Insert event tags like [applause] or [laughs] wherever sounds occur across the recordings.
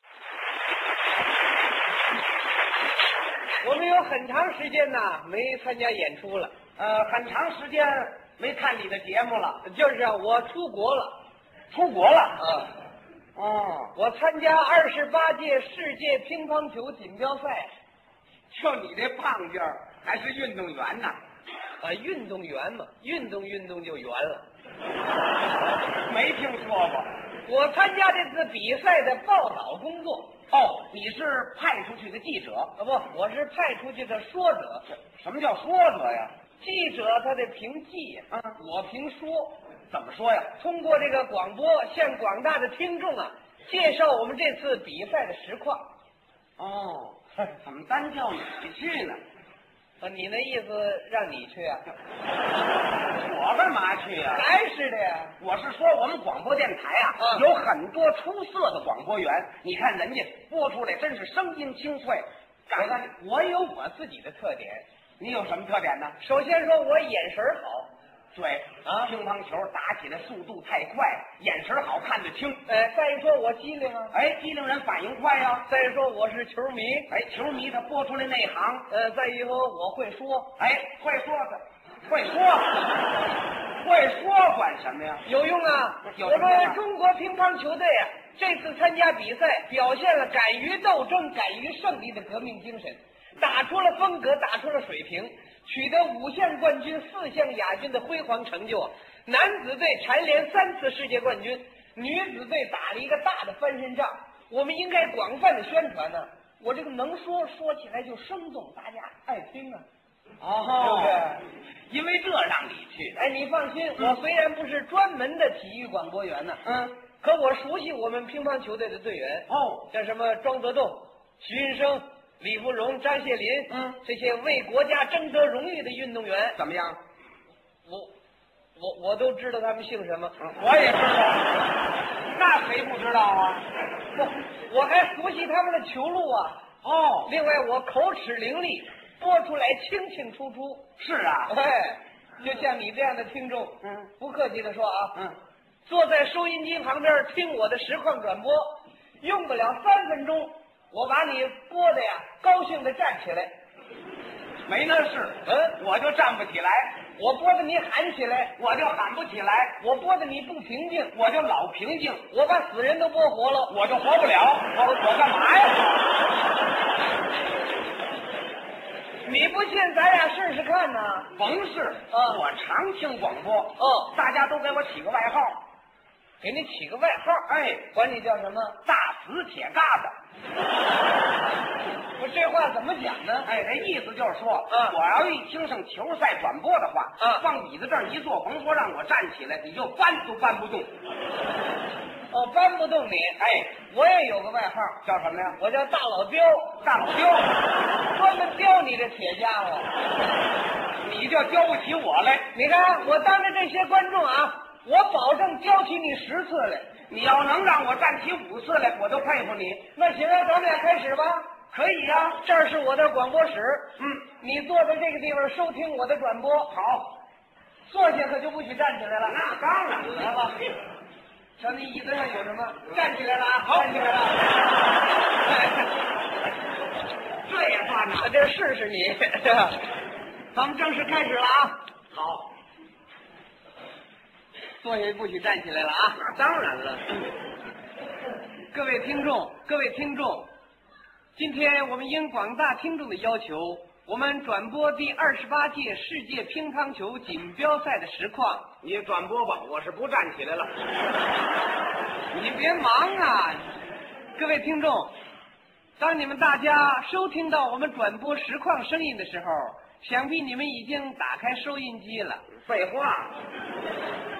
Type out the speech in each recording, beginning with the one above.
[laughs] 我们有很长时间呐没参加演出了，呃，很长时间没看你的节目了，就是啊我出国了，出国了。啊，哦，我参加二十八届世界乒乓球锦标赛，就你这胖劲儿，还是运动员呢？啊，运动员嘛，运动运动就圆了。没听说过。我参加这次比赛的报道工作，哦，你是派出去的记者？啊不，我是派出去的说者，什么叫说者呀？记者他得凭记呀啊我凭说。怎么说呀？通过这个广播，向广大的听众啊，介绍我们这次比赛的实况。哦，怎么单叫你去呢？啊，你那意思让你去啊？我干嘛去呀、还是的呀。啊我是说，我们广播电台啊，嗯有很多出色的广播员。你看人家播出来，真是声音清脆。我感告诉觉你我有我自己的特点。你有什么特点呢？首先说，我眼神儿好，对啊乒乓球打起来速度太快，眼神好看得清。呃，再一说我机灵啊，嗯哎，机灵人反应快呀、再一说我是球迷，哎，球迷他播出来内行，呃，再一说我会说，哎，会说的，会说， [laughs] 会说管什么呀？有用啊。有我什么用们啊中国乒乓球队啊，这次参加比赛表现了敢于斗争、敢于胜利的革命精神，打出了风格，打出了水平，取得五项冠军、四项亚军的辉煌成就。啊男子队蝉联三次世界冠军，女子队打了一个大的翻身仗。我们应该广泛的宣传呢、我这个能说，说起来就生动，大家爱听啊。哦，因为这让你去的。哎，你放心，我虽然不是专门的体育广播员呢、嗯，可我熟悉我们乒乓球队的队员，哦，像什么庄则栋、徐云生、李芙蓉、张谢林，嗯这些为国家争得荣誉的运动员，怎么样？我我我都知道他们姓什么，嗯我也知道，那谁不知道啊？我我还熟悉他们的球路啊。哦，另外，我口齿伶俐，播出来清清楚楚。是啊，哎，就像你这样的听众，嗯不客气的说啊，嗯，坐在收音机旁边听我的实况转播，用不了三分钟，我把你播的呀高兴的站起来，没那事，嗯，我就站不起来，我播的你喊起来，我就喊不起来，我播的你不平静，我就老平静，我把死人都播活了。我就活不了，我我哦干嘛呀？你不信，咱俩试试看呐、甭是，嗯我常听广播，哦大家都给我起个外号，给你起个外号，哎，管你叫什么？大死铁疙瘩。 [laughs] 我这话怎么讲呢？哎，这意思就是说，嗯我要一听上球赛转播的话，嗯放椅子这儿一坐，甭说让我站起来，你就搬都搬不动。我哦搬不动你，哎，我也有个外号，叫什么呀？我叫大老刁，大老刁，专门刁你这铁家伙。你就教不起我来。你看，我当着这些观众啊，我保证教起你十次来。你要能让我站起五次来，我都佩服你。那行啊，咱们俩开始吧。啊可以呀、这儿是我的广播室，嗯，你坐在这个地方收听我的转播。好，坐下可就不许站起来了。那当然了。来吧，瞧那椅子上有什么？站起来了啊！好站起来了。这也算呢。我这试试你。 [laughs] 咱们正式开始了啊！好，坐下不许站起来了啊！那当然了。各位听众，各位听众，今天我们应广大听众的要求，我们转播第二十八届世界乒乓球锦标赛的实况。你转播吧，我是不站起来了。你别忙啊，各位听众，当你们大家收听到我们转播实况声音的时候，想必你们已经打开收音机了。废话，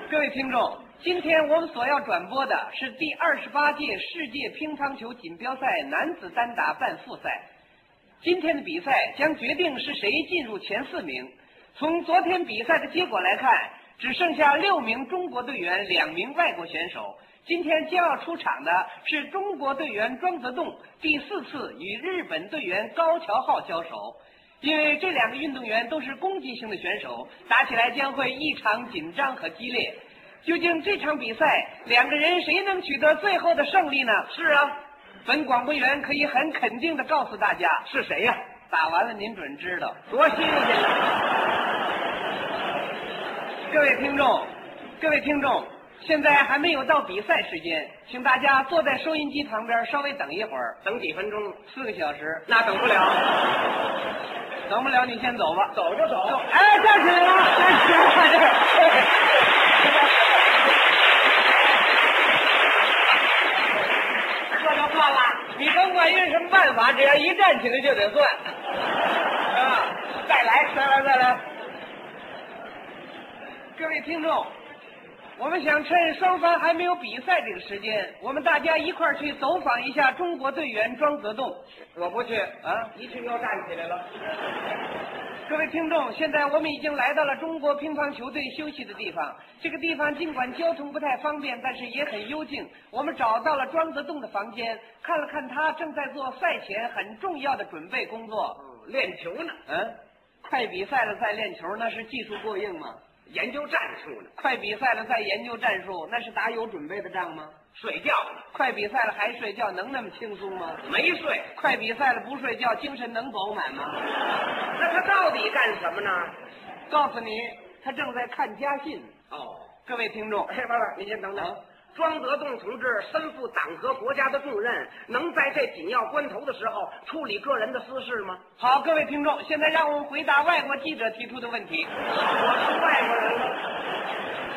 各位听众，今天我们所要转播的是第二十八届世界乒乓球锦标赛男子单打半复赛。今天的比赛将决定是谁进入前四名。从昨天比赛的结果来看，只剩下六名中国队员，两名外国选手。今天将要出场的是中国队员庄则栋第四次与日本队员高桥浩交手。因为这两个运动员都是攻击性的选手，打起来将会异常紧张和激烈。究竟这场比赛两个人谁能取得最后的胜利呢？是啊，本广播员可以很肯定的告诉大家是谁呀、打完了您准知道。多新鲜呐！各位听众，各位听众，现在还没有到比赛时间，请大家坐在收音机旁边稍微等一会儿，等几分钟，四个小时，那等不了，等不了你先走吧。走就走。哎，站起来了，站起来了。这就算了，你甭管用什么办法，只要一站起来就得算。啊，再来，再来再来。各位听众，我们想趁双方还没有比赛这个时间，我们大家一块儿去走访一下中国队员庄则栋。我不去啊！一去又站起来了。各位听众，现在我们已经来到了中国乒乓球队休息的地方。这个地方尽管交通不太方便，但是也很幽静。我们找到了庄则栋的房间，看了看他正在做赛前很重要的准备工作。练球呢，嗯，快比赛了再练球，那是技术过硬吗？研究战术呢，快比赛了再研究战术，那是打有准备的仗吗？睡觉呢，快比赛了还睡觉，能那么轻松吗？没睡。快比赛了不睡觉，精神能饱满吗？那他到底干什么呢？告诉你，他正在看家信。哦，各位听众，哎，爸爸，您先等等。庄则栋同志身负党和国家的重任，能在这紧要关头的时候处理个人的私事吗？好，各位听众，现在让我们回答外国记者提出的问题，我是外国人了，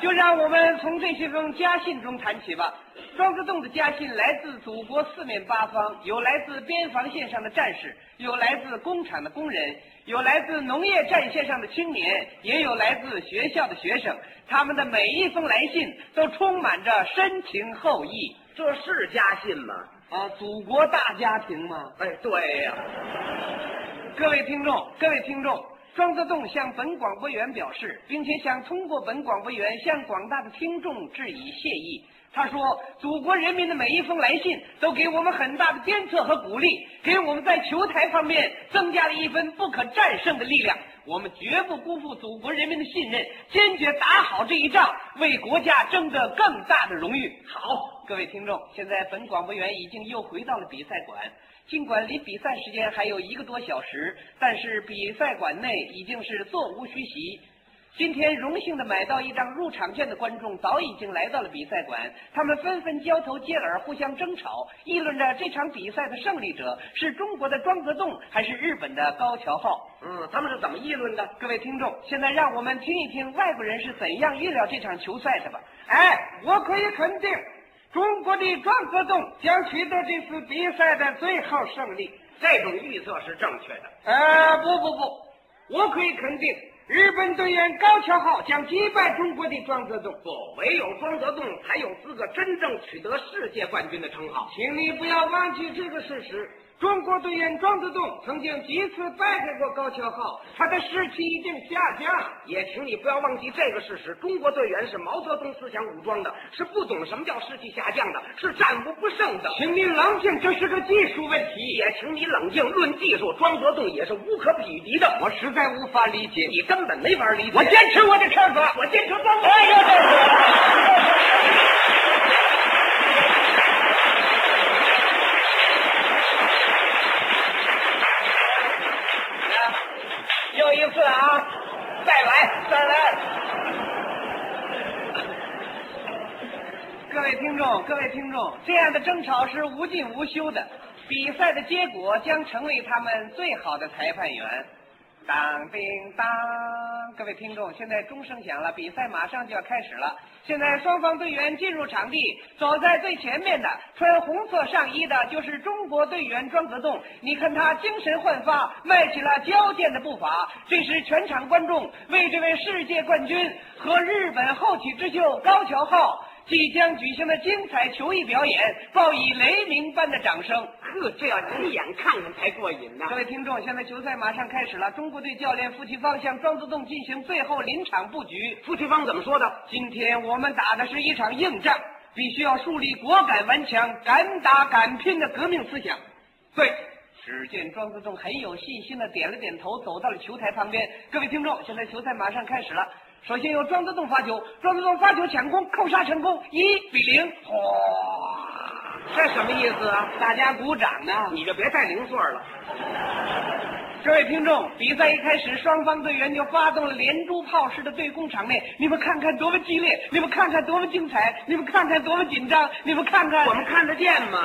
就让我们从这些封家信中谈起吧。庄则栋的家信来自祖国四面八方，有来自边防线上的战士，有来自工厂的工人，有来自农业战线上的青年，也有来自学校的学生。他们的每一封来信都充满着深情厚谊这是家信吗？啊，祖国大家庭嘛。哎，对呀、各位听众，各位听众，庄则栋向本广播员表示，并且想通过本广播员向广大的听众致以谢意。他说：“祖国人民的每一封来信都给我们很大的鞭策和鼓励，给我们在球台方面增加了一分不可战胜的力量。我们绝不辜负祖国人民的信任，坚决打好这一仗，为国家争得更大的荣誉。”好，各位听众，现在本广播员已经又回到了比赛馆。尽管离比赛时间还有一个多小时，但是比赛馆内已经是座无虚席。今天荣幸的买到一张入场券的观众早已经来到了比赛馆，他们纷纷交头接耳，互相争吵，议论着这场比赛的胜利者是中国的庄则栋还是日本的高桥浩。嗯，他们是怎么议论的？各位听众，现在让我们听一听外国人是怎样预料这场球赛的吧。哎，我可以肯定，中国的庄则栋将取得这次比赛的最后胜利。这种预测是正确的。呃，不不不，我可以肯定，日本队员高桥浩将击败中国的庄则栋。不，唯有庄则栋才有资格真正取得世界冠军的称号。请你不要忘记这个事实。中国队员庄则栋曾经几次败给过高桥浩，他的士气一定下降。也请你不要忘记这个事实：中国队员是毛泽东思想武装的，是不懂什么叫士气下降的，是战无不胜的。请您冷静，这是个技术问题。也请你冷静论技术，庄则栋也是无可匹敌的。我实在无法理解。你根本没法理解。我坚持我的看法。我坚持庄则哎呦栋。 [laughs] 又一次啊！再来，再来。各位听众，各位听众，这样的争吵是无尽无休的，比赛的结果将成为他们最好的裁判员。当叮当，各位听众，现在钟声响了，比赛马上就要开始了。现在双方队员进入场地，走在最前面的穿红色上衣的就是中国队员庄则栋。你看他精神焕发，迈起了矫健的步伐。这时，全场观众为这位世界冠军和日本后起之秀高桥浩即将举行的精彩球艺表演报以雷鸣般的掌声。呵，这要亲眼看看才过瘾呢各位听众，现在球赛马上开始了。中国队教练傅奇芳向庄则栋进行最后临场布局。夫妻方怎么说的？今天我们打的是一场硬仗，必须要树立果敢顽强、敢打敢拼的革命思想。对，只见庄则栋很有信心的点了点头，走到了球台旁边。各位听众，现在球赛马上开始了。首先由庄则栋发球，庄则栋发球抢攻，扣杀成功，一比零。哇！这什么意思啊？大家鼓掌呢。你就别带零碎了。各位听众，比赛一开始，双方队员就发动了连珠炮式的对攻场面，你们看看多么激烈，你们看看多么精彩，你们看看多么紧张，你们看看我们看得见吗？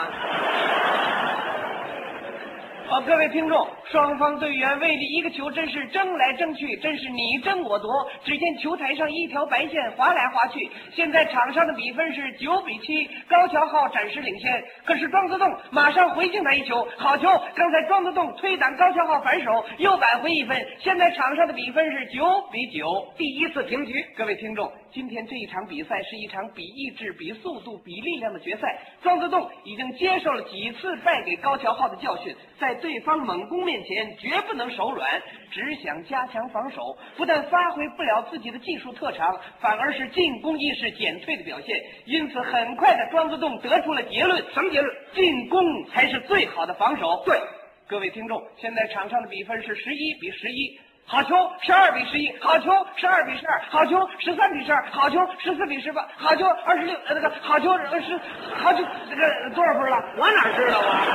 好，各位听众，双方队员为这一个球真是争来争去，真是你争我夺。只见球台上一条白线划来划去。现在场上的比分是九比七，高桥浩暂时领先。可是庄子栋马上回敬他一球，好球！刚才庄子栋推挡高桥浩反手，又扳回一分。现在场上的比分是九比九，第一次平局。各位听众，今天这一场比赛是一场比意志、比速度、比力量的决赛。庄子栋已经接受了几次败给高桥浩的教训，在对方猛攻面前绝不能手软，只想加强防守，不但发挥不了自己的技术特长，反而是进攻意识减退的表现。因此，很快的庄子栋得出了结论：什么结论？进攻才是最好的防守。对，各位听众，现在场上的比分是十一比十一。好球，十二比十一；好球，十二比十二；好球，十三比十二；好球，十四比十八；好球，二十六。呃，那个好球，呃十，好球，那个呃多少分了？我哪知道啊？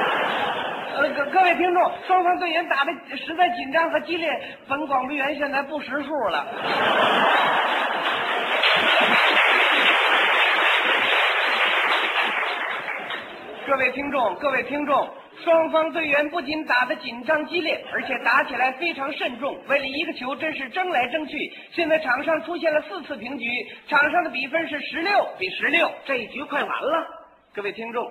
呃，各各位听众，双方队员打的实在紧张和激烈，本广播员现在不识数了。各位听众，各位听众，双方队员不仅打得紧张激烈，而且打起来非常慎重，为了一个球真是争来争去。现在场上出现了四次平局，场上的比分是十六比十六，这一局快完了。各位听众，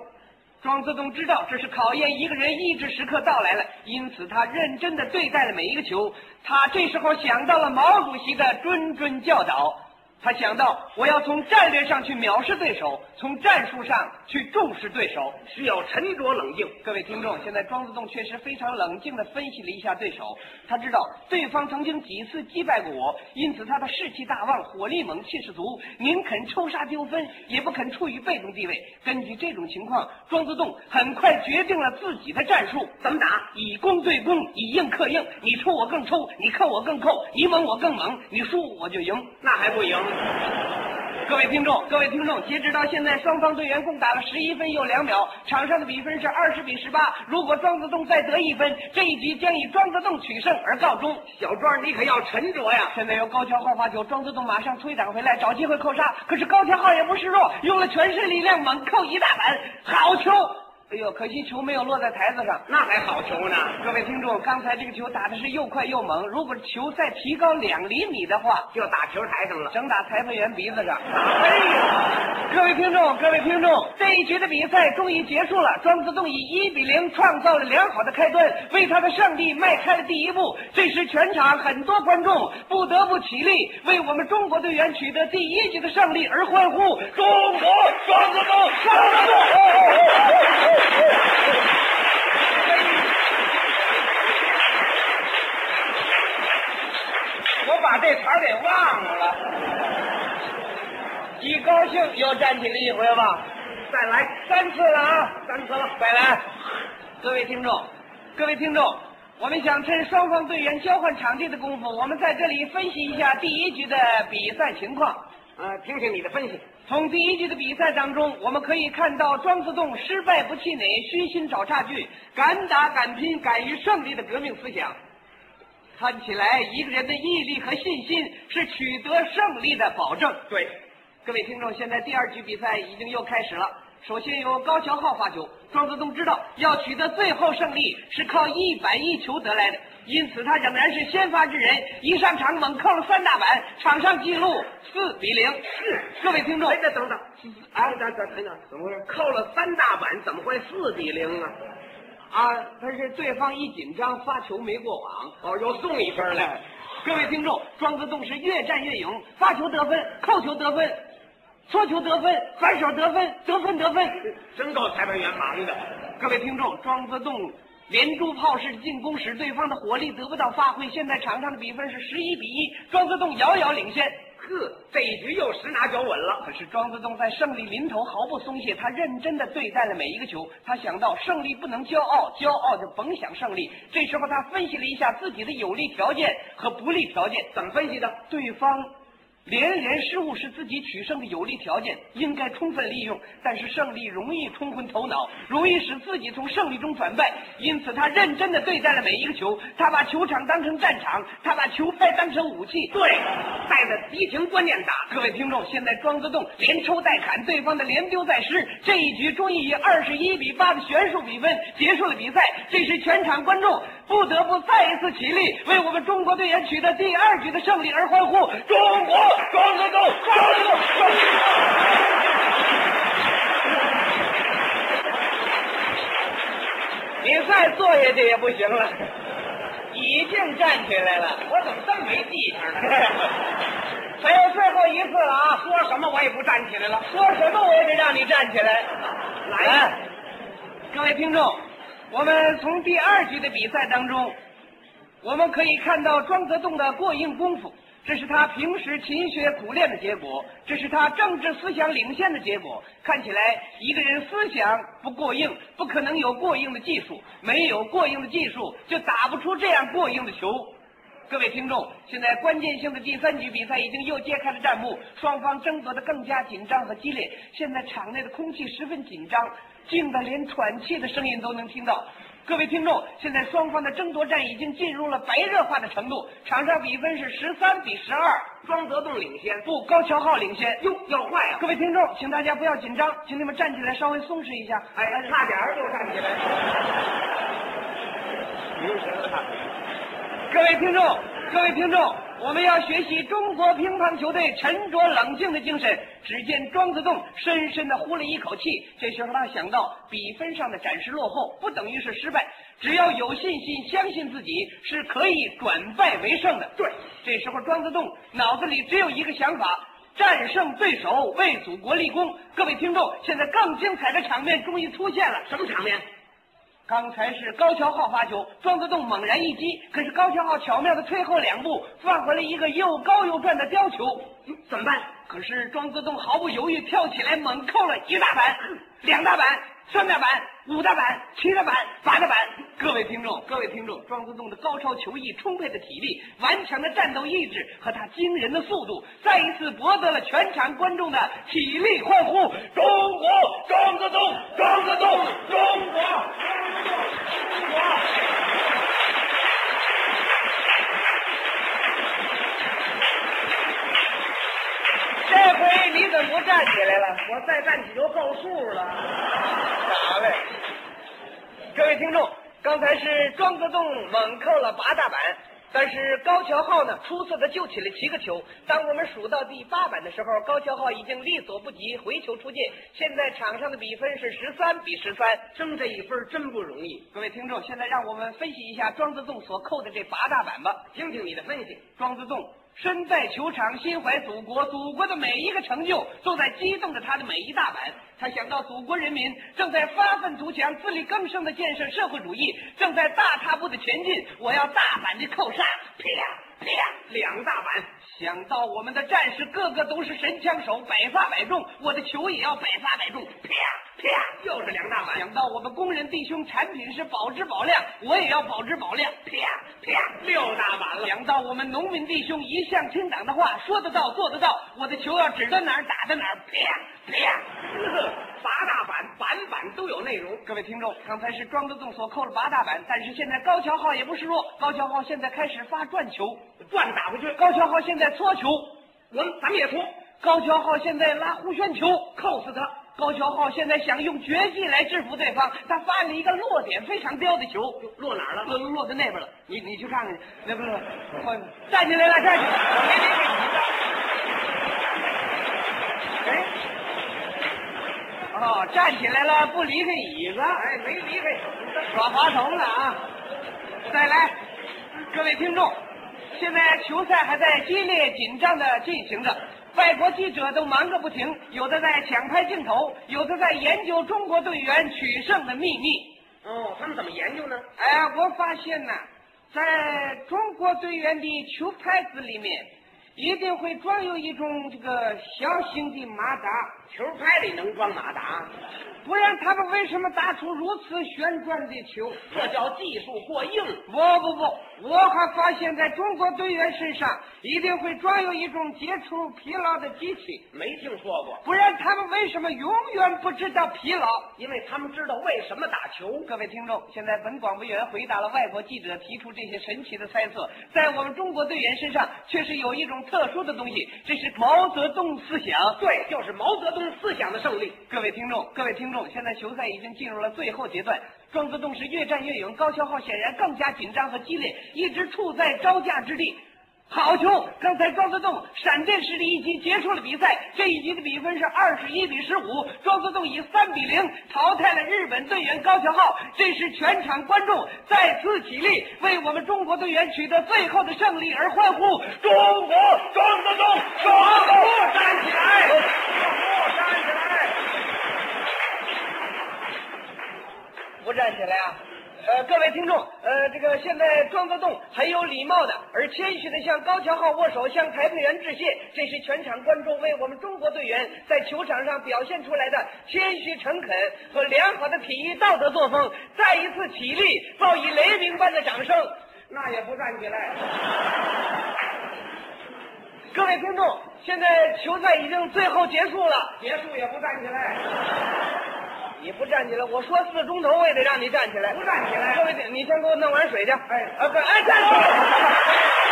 庄自栋知道这是考验一个人意志时刻到来了，因此他认真的对待了每一个球。他这时候想到了毛主席的谆谆教导，他想到我要从战略上去藐视对手，从战术上去重视对手。需要沉着冷静。各位听众，现在庄子栋确实非常冷静地分析了一下对手，他知道对方曾经几次击败过我，因此他的士气大旺，火力猛，气势足，宁肯抽杀丢分，也不肯处于被动地位。根据这种情况，庄子栋很快决定了自己的战术，怎么打？以攻对攻，以硬克硬，你抽我更抽，你扣我更扣，你猛我更猛，你输我就赢。那还不赢？各位听众，各位听众，截止到现在，双方队员共打了十一分又两秒，场上的比分是二十比十八。如果庄子栋再得一分，这一局将以庄子栋取胜而告终。小庄，你可要沉着呀！现在由高桥浩发球，庄子栋马上推挡回来，找机会扣杀。可是高桥浩也不示弱，用了全身力量猛扣一大板，好球！哎呦，可惜球没有落在台子上。那还好球呢，各位听众，刚才这个球打的是又快又猛，如果球再提高两厘米的话，就打球台上了。整打裁判员鼻子上。哎呀，各位听众，各位听众，这一局的比赛终于结束了。庄子栋以一比零创造了良好的开端，为他的胜利迈开了第一步。这时，全场很多观众不得不起立，为我们中国队员取得第一局的胜利而欢呼。中国庄子栋，哎庄子栋！我把这茬给忘了，一高兴又站起了一回吧，再来三次了啊！三次了。再来，各位听众，各位听众，我们想趁双方队员交换场地的功夫，我们在这里分析一下第一局的比赛情况。呃，听听你的分析。从第一局的比赛当中，我们可以看到庄子栋失败不气馁、虚心找差距、敢打敢拼、敢于胜利的革命思想。看起来，一个人的毅力和信心是取得胜利的保证。对，各位听众，现在第二局比赛已经又开始了。首先由高桥浩发球，庄子栋知道要取得最后胜利是靠一板一球得来的，因此他仍然是先发制人，一上场猛扣了三大板，场上记录四比零。是各位听众哎，，这等等，哎，等等等等，怎么回事？扣了三大板，怎么会四比零啊？啊，他是对方一紧张发球没过网。哦，又送一分来。各位听众，庄子栋是越战越勇，发球得分，扣球得分，搓球得分，反手得分，得分得分。真够裁判员忙的。各位听众，庄子栋连珠炮式进攻使对方的火力得不到发挥，现在场上的比分是十一比一，庄子栋遥遥领先。呵，这一局又十拿九稳了。可是庄子栋在胜利临头毫不松懈，他认真的对待了每一个球。他想到胜利不能骄傲，骄傲就甭想胜利。这时候他分析了一下自己的有利条件和不利条件，怎么分析的？对方连人失误是自己取胜的有利条件，应该充分利用。但是胜利容易冲昏头脑，容易使自己从胜利中转败。因此，他认真的对待了每一个球，他把球场当成战场，他把球拍当成武器。对，带着敌情观念打。各位听众，现在庄子栋连抽带砍，对方的连丢带失，这一局终于以二十一比八的悬殊比分结束了比赛。这时，全场观众不得不再一次起立，为我们中国队员取得第二局的胜利而欢呼。中国！庄子栋，庄子栋， [laughs] 庄子栋。你再坐下去也不行了，已经站起来了，我怎么这么没记性呢？还有哎最后一次了啊！说什么我也不站起来了，说什么我也得让你站起来。来呀，各位听众，我们从第二局的比赛当中，我们可以看到庄则栋的过硬功夫。这是他平时勤学苦练的结果，这是他政治思想领先的结果。看起来，一个人思想不过硬，不可能有过硬的技术，没有过硬的技术，就打不出这样过硬的球。各位听众，现在关键性的第三局比赛已经又揭开了战幕，双方争夺的更加紧张和激烈。现在场内的空气十分紧张，静得连喘气的声音都能听到。各位听众，现在双方的争夺战已经进入了白热化的程度，场上比分是十三比十二，庄则栋领先。不，高桥浩领先。哟，要坏呀、啊各位听众，请大家不要紧张，请你们站起来稍微松弛一下。哎，差点儿就站起来了。各位听众，各位听众，我们要学习中国乒乓球队沉着冷静的精神。只见庄子栋深深的呼了一口气，这时候他想到，比分上的暂时落后不等于是失败，只要有信心，相信自己是可以转败为胜的。对，这时候庄子栋脑子里只有一个想法。战胜对手，为祖国立功。各位听众，现在更精彩的场面终于出现了。什么场面？刚才是高桥浩发球，庄则栋猛然一击，可是高桥浩巧妙的退后两步，放回了一个又高又转的刁球。嗯怎么办？可是庄则栋毫不犹豫跳起来，猛扣了一大板、两大板、三大板、五大板、七大板、八大板。各位听众，各位听众，庄则栋的高超球艺、充沛的体力、顽强的战斗意志和他惊人的速度，再一次博得了全场观众的起立欢呼。中国，庄则栋，庄则栋，中国！这回你怎么不站起来了？我再站起就够数了。咋嘞？各位听众，刚才是庄则栋猛扣了八大板，但是高桥浩呢出色的救起了七个球。当我们数到第八板的时候，高桥浩已经力所不及，回球出界。现在场上的比分是十三比十三。争这一分儿真不容易，各位听众，现在让我们分析一下庄则栋所扣的这八大板吧。听听你的分析。庄子栋身在球场，心怀祖国，祖国的每一个成就都在激动着他的每一大板。他想到祖国人民正在发愤图强、自力更生的建设社会主义，正在大踏步的前进，我要大板的扣杀，啪啪。两大板，想到我们的战士个个都是神枪手，百发百中，我的球也要百发百中，啪啪。又是两大板，想到我们工人弟兄产品是保质保量，我也要保质保量，啪啪。六大板了。想到我们农民弟兄一向听党的话，说得到做得到，我的球要指着哪儿打在哪儿，啪啪。八大板，板板都有内容。各位听众，刚才是庄则栋所扣了八大板，但是现在高桥浩也不示弱，高桥浩现在开始发转球，转打回去，高桥浩现在搓球，我们咱们也出，高桥浩现在拉弧旋球，扣死他。高桥浩现在想用绝技来制服对方，他发了一个落点非常刁的球，落哪儿落了？落在那边了。你你去看看，那不是我站起来了，站起来了。哎哦，站起来了，不离开椅子，哎，没离开，耍滑头了啊！再来，各位听众，现在球赛还在激烈紧张的进行着，外国记者都忙个不停，有的在抢拍镜头，有的在研究中国队员取胜的秘密。哦，他们怎么研究呢？哎呀，我发现呐、在中国队员的球拍子里面，一定会装有一种这个小型的马达，球拍里能装马达，不然他们为什么打出如此旋转的球？这叫技术过硬。不不不，我还发现在中国队员身上一定会装有一种解除疲劳的机器，没听说过，不然他们为什么永远不知道疲劳？因为他们知道为什么打球。各位听众，现在本广播员回答了外国记者提出这些神奇的猜测，在我们中国队员身上确实有一种特殊的东西，这是毛泽东思想。对，就是毛泽东思想的胜利。各位听众，各位听众，现在球赛已经进入了最后阶段，庄则栋是越战越勇，高桥浩显然更加紧张和激烈，一直处在招架之地。好球！刚才庄则栋闪电式的一击结束了比赛，这一局的比分是二十一比十五，庄则栋以三比零淘汰了日本队员高桥浩，这时全场观众再次起立，为我们中国队员取得最后的胜利而欢呼。中国庄则栋，王庄则后栋！站起来，王后站起来。不站起来啊！呃，各位听众，呃，这个现在庄则栋很有礼貌的，而谦虚的向高桥浩握手，向裁判员致谢。这是全场观众为我们中国队员在球场上表现出来的谦虚、诚恳和良好的体育道德作风，再一次起立，报以雷鸣般的掌声。那也不站起来。各位听众，现在球赛已经最后结束了，结束也不站起来，你不站起来，我说四钟头我也得让你站起来。不站起来各位听，你先给我弄碗水去。哎哎啊，不，哎，站起来。